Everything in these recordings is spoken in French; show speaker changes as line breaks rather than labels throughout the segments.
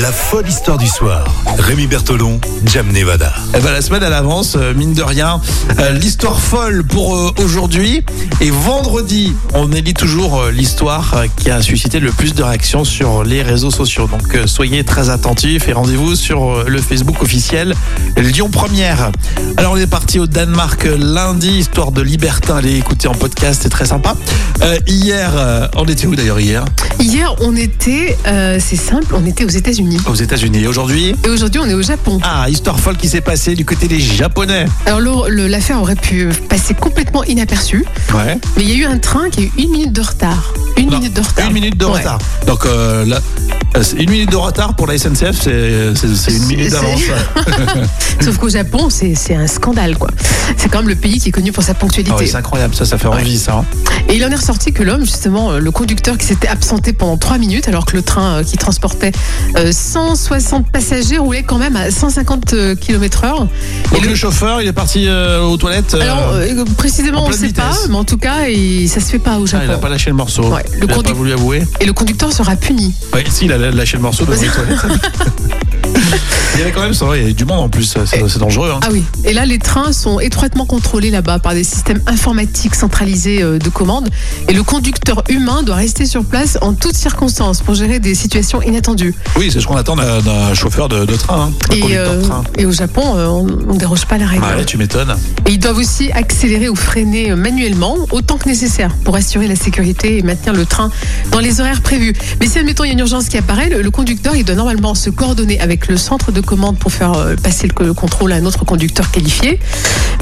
La folle histoire du soir. Rémi Bertolon, Jam Nevada.
Eh ben, la semaine elle avance, euh, mine de rien. Euh, l'histoire folle pour euh, aujourd'hui. Et vendredi, on élit toujours euh, l'histoire euh, qui a suscité le plus de réactions sur les réseaux sociaux. Donc euh, soyez très attentifs et rendez-vous sur euh, le Facebook officiel Lyon Première. Alors on est parti au Danemark euh, lundi, histoire de libertin. Allez écouter en podcast, c'est très sympa. Euh, hier, euh, on était où d'ailleurs hier
Hier, on était, euh, c'est simple, on était aux États-Unis.
Aux États-Unis. Et aujourd'hui
Et aujourd'hui, on est au Japon.
ah, histoire folle qui s'est passée du côté des Japonais.
Alors, le- le- l'affaire aurait pu passer complètement inaperçue,
Ouais.
mais il y a eu un train qui a eu une minute de retard. Une
Non,
minute de retard.
Ah, Une minute de
Ouais.
retard. Donc euh, là, euh, c'est une minute de retard pour la SNCF, c'est c'est- c'est une minute
C'est-
d'avance. Ah
Sauf qu'au Japon, c'est c'est un scandale, quoi. C'est quand même le pays qui est connu pour sa
Ah ouais,
ponctualité.
c'est incroyable, ça, ça fait
Ouais.
envie, ça. hein.
Et il en est ressorti que l'homme, justement, euh, le conducteur qui s'était absenté pendant 3 minutes, alors que le train euh, qui transportait euh, 160 passagers roulait quand même à euh, 150 km/h.
Donc le... chauffeur, il est parti euh, aux toilettes. euh,
Alors, euh,
en
précisément, on ne
pleine
sait pas,
vitesse.
mais en tout cas, il- ça se fait pas au
ah, il
Japon.
n'a pas lâché le morceau.
Ouais, le
il n'a
conduc-
pas voulu avouer.
Et le conducteur sera puni.
Ouais, si, il a lâché le morceau devant les toilettes. il y avait quand même ça, ouais, il y avait du monde en plus, ça, c'est c'est dangereux. hein.
Ah oui. Et là, les trains sont étroitement contrôlés là-bas par des systèmes informatiques centralisés euh, de commandes. Et le conducteur humain doit rester sur place en toutes circonstances pour gérer des situations inattendues.
Oui, c'est ce qu'on attend d'un- d'un chauffeur de, de train, hein, d'un
Et,
conducteur de
euh,
train.
et au Japon, euh, on ne déroge pas à la règle.
Ah ouais, tu m'étonnes.
Et ils doivent aussi accélérer ou freiner euh, manuellement autant que nécessaire pour assurer la sécurité et maintenir le train dans les horaires prévus. Mais si, admettons, il y a une urgence qui apparaît, le, le conducteur, il doit normalement se coordonner avec le centre de commande pour faire euh, passer le, co- le contrôle à un autre conducteur qualifié.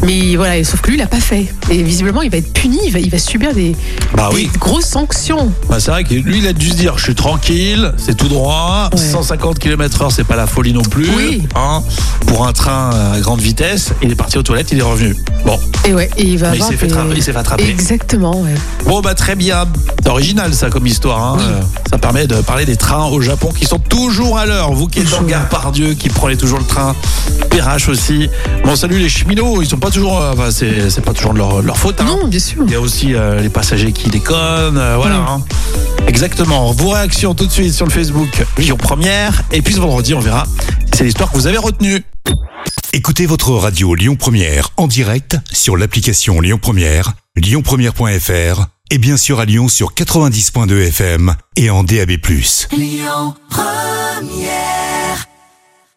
Mais voilà, et sauf que lui, il l'a pas fait. Et visiblement, il va être puni, il va, il va subir des,
Bah
des
oui.
grosses sanctions.
Bah, c'est vrai que lui, il a dû se dire je suis tranquille, c'est tout droit,
Ouais.
150 km/h, c'est pas la folie non plus.
Oui.
hein. pour un train à grande vitesse, il est parti aux toilettes, il est revenu. Bon,
Et ouais, et il va
mais il
avoir
s'est fait,
des-
tra- il s'est fait attraper.
Exactement, ouais.
Bon, bah très bien. C'est original ça comme histoire. hein.
Oui.
Euh, Ça permet de parler des trains au Japon qui sont toujours à l'heure. Vous qui êtes en
Toujours.
gare par Dieu, qui prenez toujours le train. Perrache aussi. Bon, salut les cheminots, ils sont pas toujours. euh, Enfin, c'est c'est pas toujours de leur, leur faute. hein.
Non, bien sûr.
Il y a aussi euh, les passagers qui déconnent, euh, voilà.
Oui.
hein. Exactement. Vos réactions tout de suite sur le Facebook Lyon Première. Et puis ce vendredi, on verra si c'est l'histoire que vous avez retenue.
Écoutez votre radio Lyon Première en direct sur l'application Lyon Première, lyonpremière.fr et bien sûr à Lyon sur 90.2 FM et en DAB+.